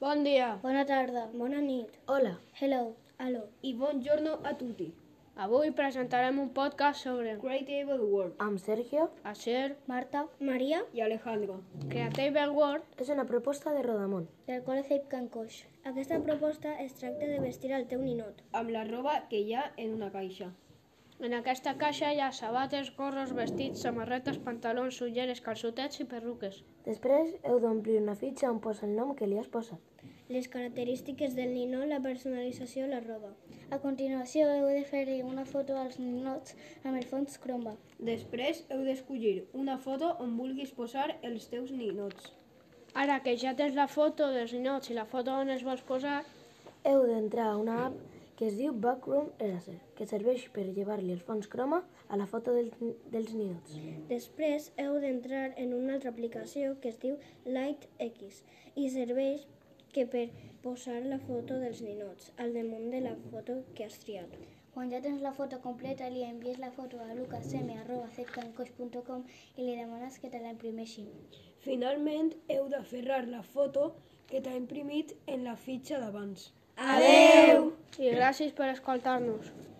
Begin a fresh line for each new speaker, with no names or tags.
Bon dia.
Bona tarda, bona nit.
Hola,
Hello, hello.
i buongiorno a tutti.
Avui presentarem un podcast sobre
Creative World
Amb Sergio
Acer
Marta, Maria,
i Alejandro.
Creative World.
és una proposta de Rodamont.
del Col·legi Can Coix. Aquesta proposta es tracta de vestir el teu ninot.
Amb la roba que hi ha en una caixa.
En aquesta caixa hi ha sabates, gorros, vestits, samarretes, pantalons, ulleres, calçotets i perruques.
Després heu d'omplir una fitxa on posa el nom que li has posat.
Les característiques del ninot, la personalització, la roba. A continuació heu de fer una foto als ninots amb el fons cromba.
Després heu d'escollir una foto on vulguis posar els teus ninots.
Ara que ja tens la foto dels ninots i la foto on els vols posar,
Heu d'entrar a una app que es diu Backroom Eraser, que serveix per llevar-li el fons croma a la foto del, dels ninots.
Després heu d'entrar en una altra aplicació que es diu LightX i serveix que per posar la foto dels ninots al damunt de la foto que has triat.
Quan ja tens la foto completa, li envies la foto a lucasm.com i li demanes que te la imprimeixi.
Finalment heu d'aferrar la foto que t'ha imprimit en la fitxa d'abans.
i gràcies per escoltar-nos.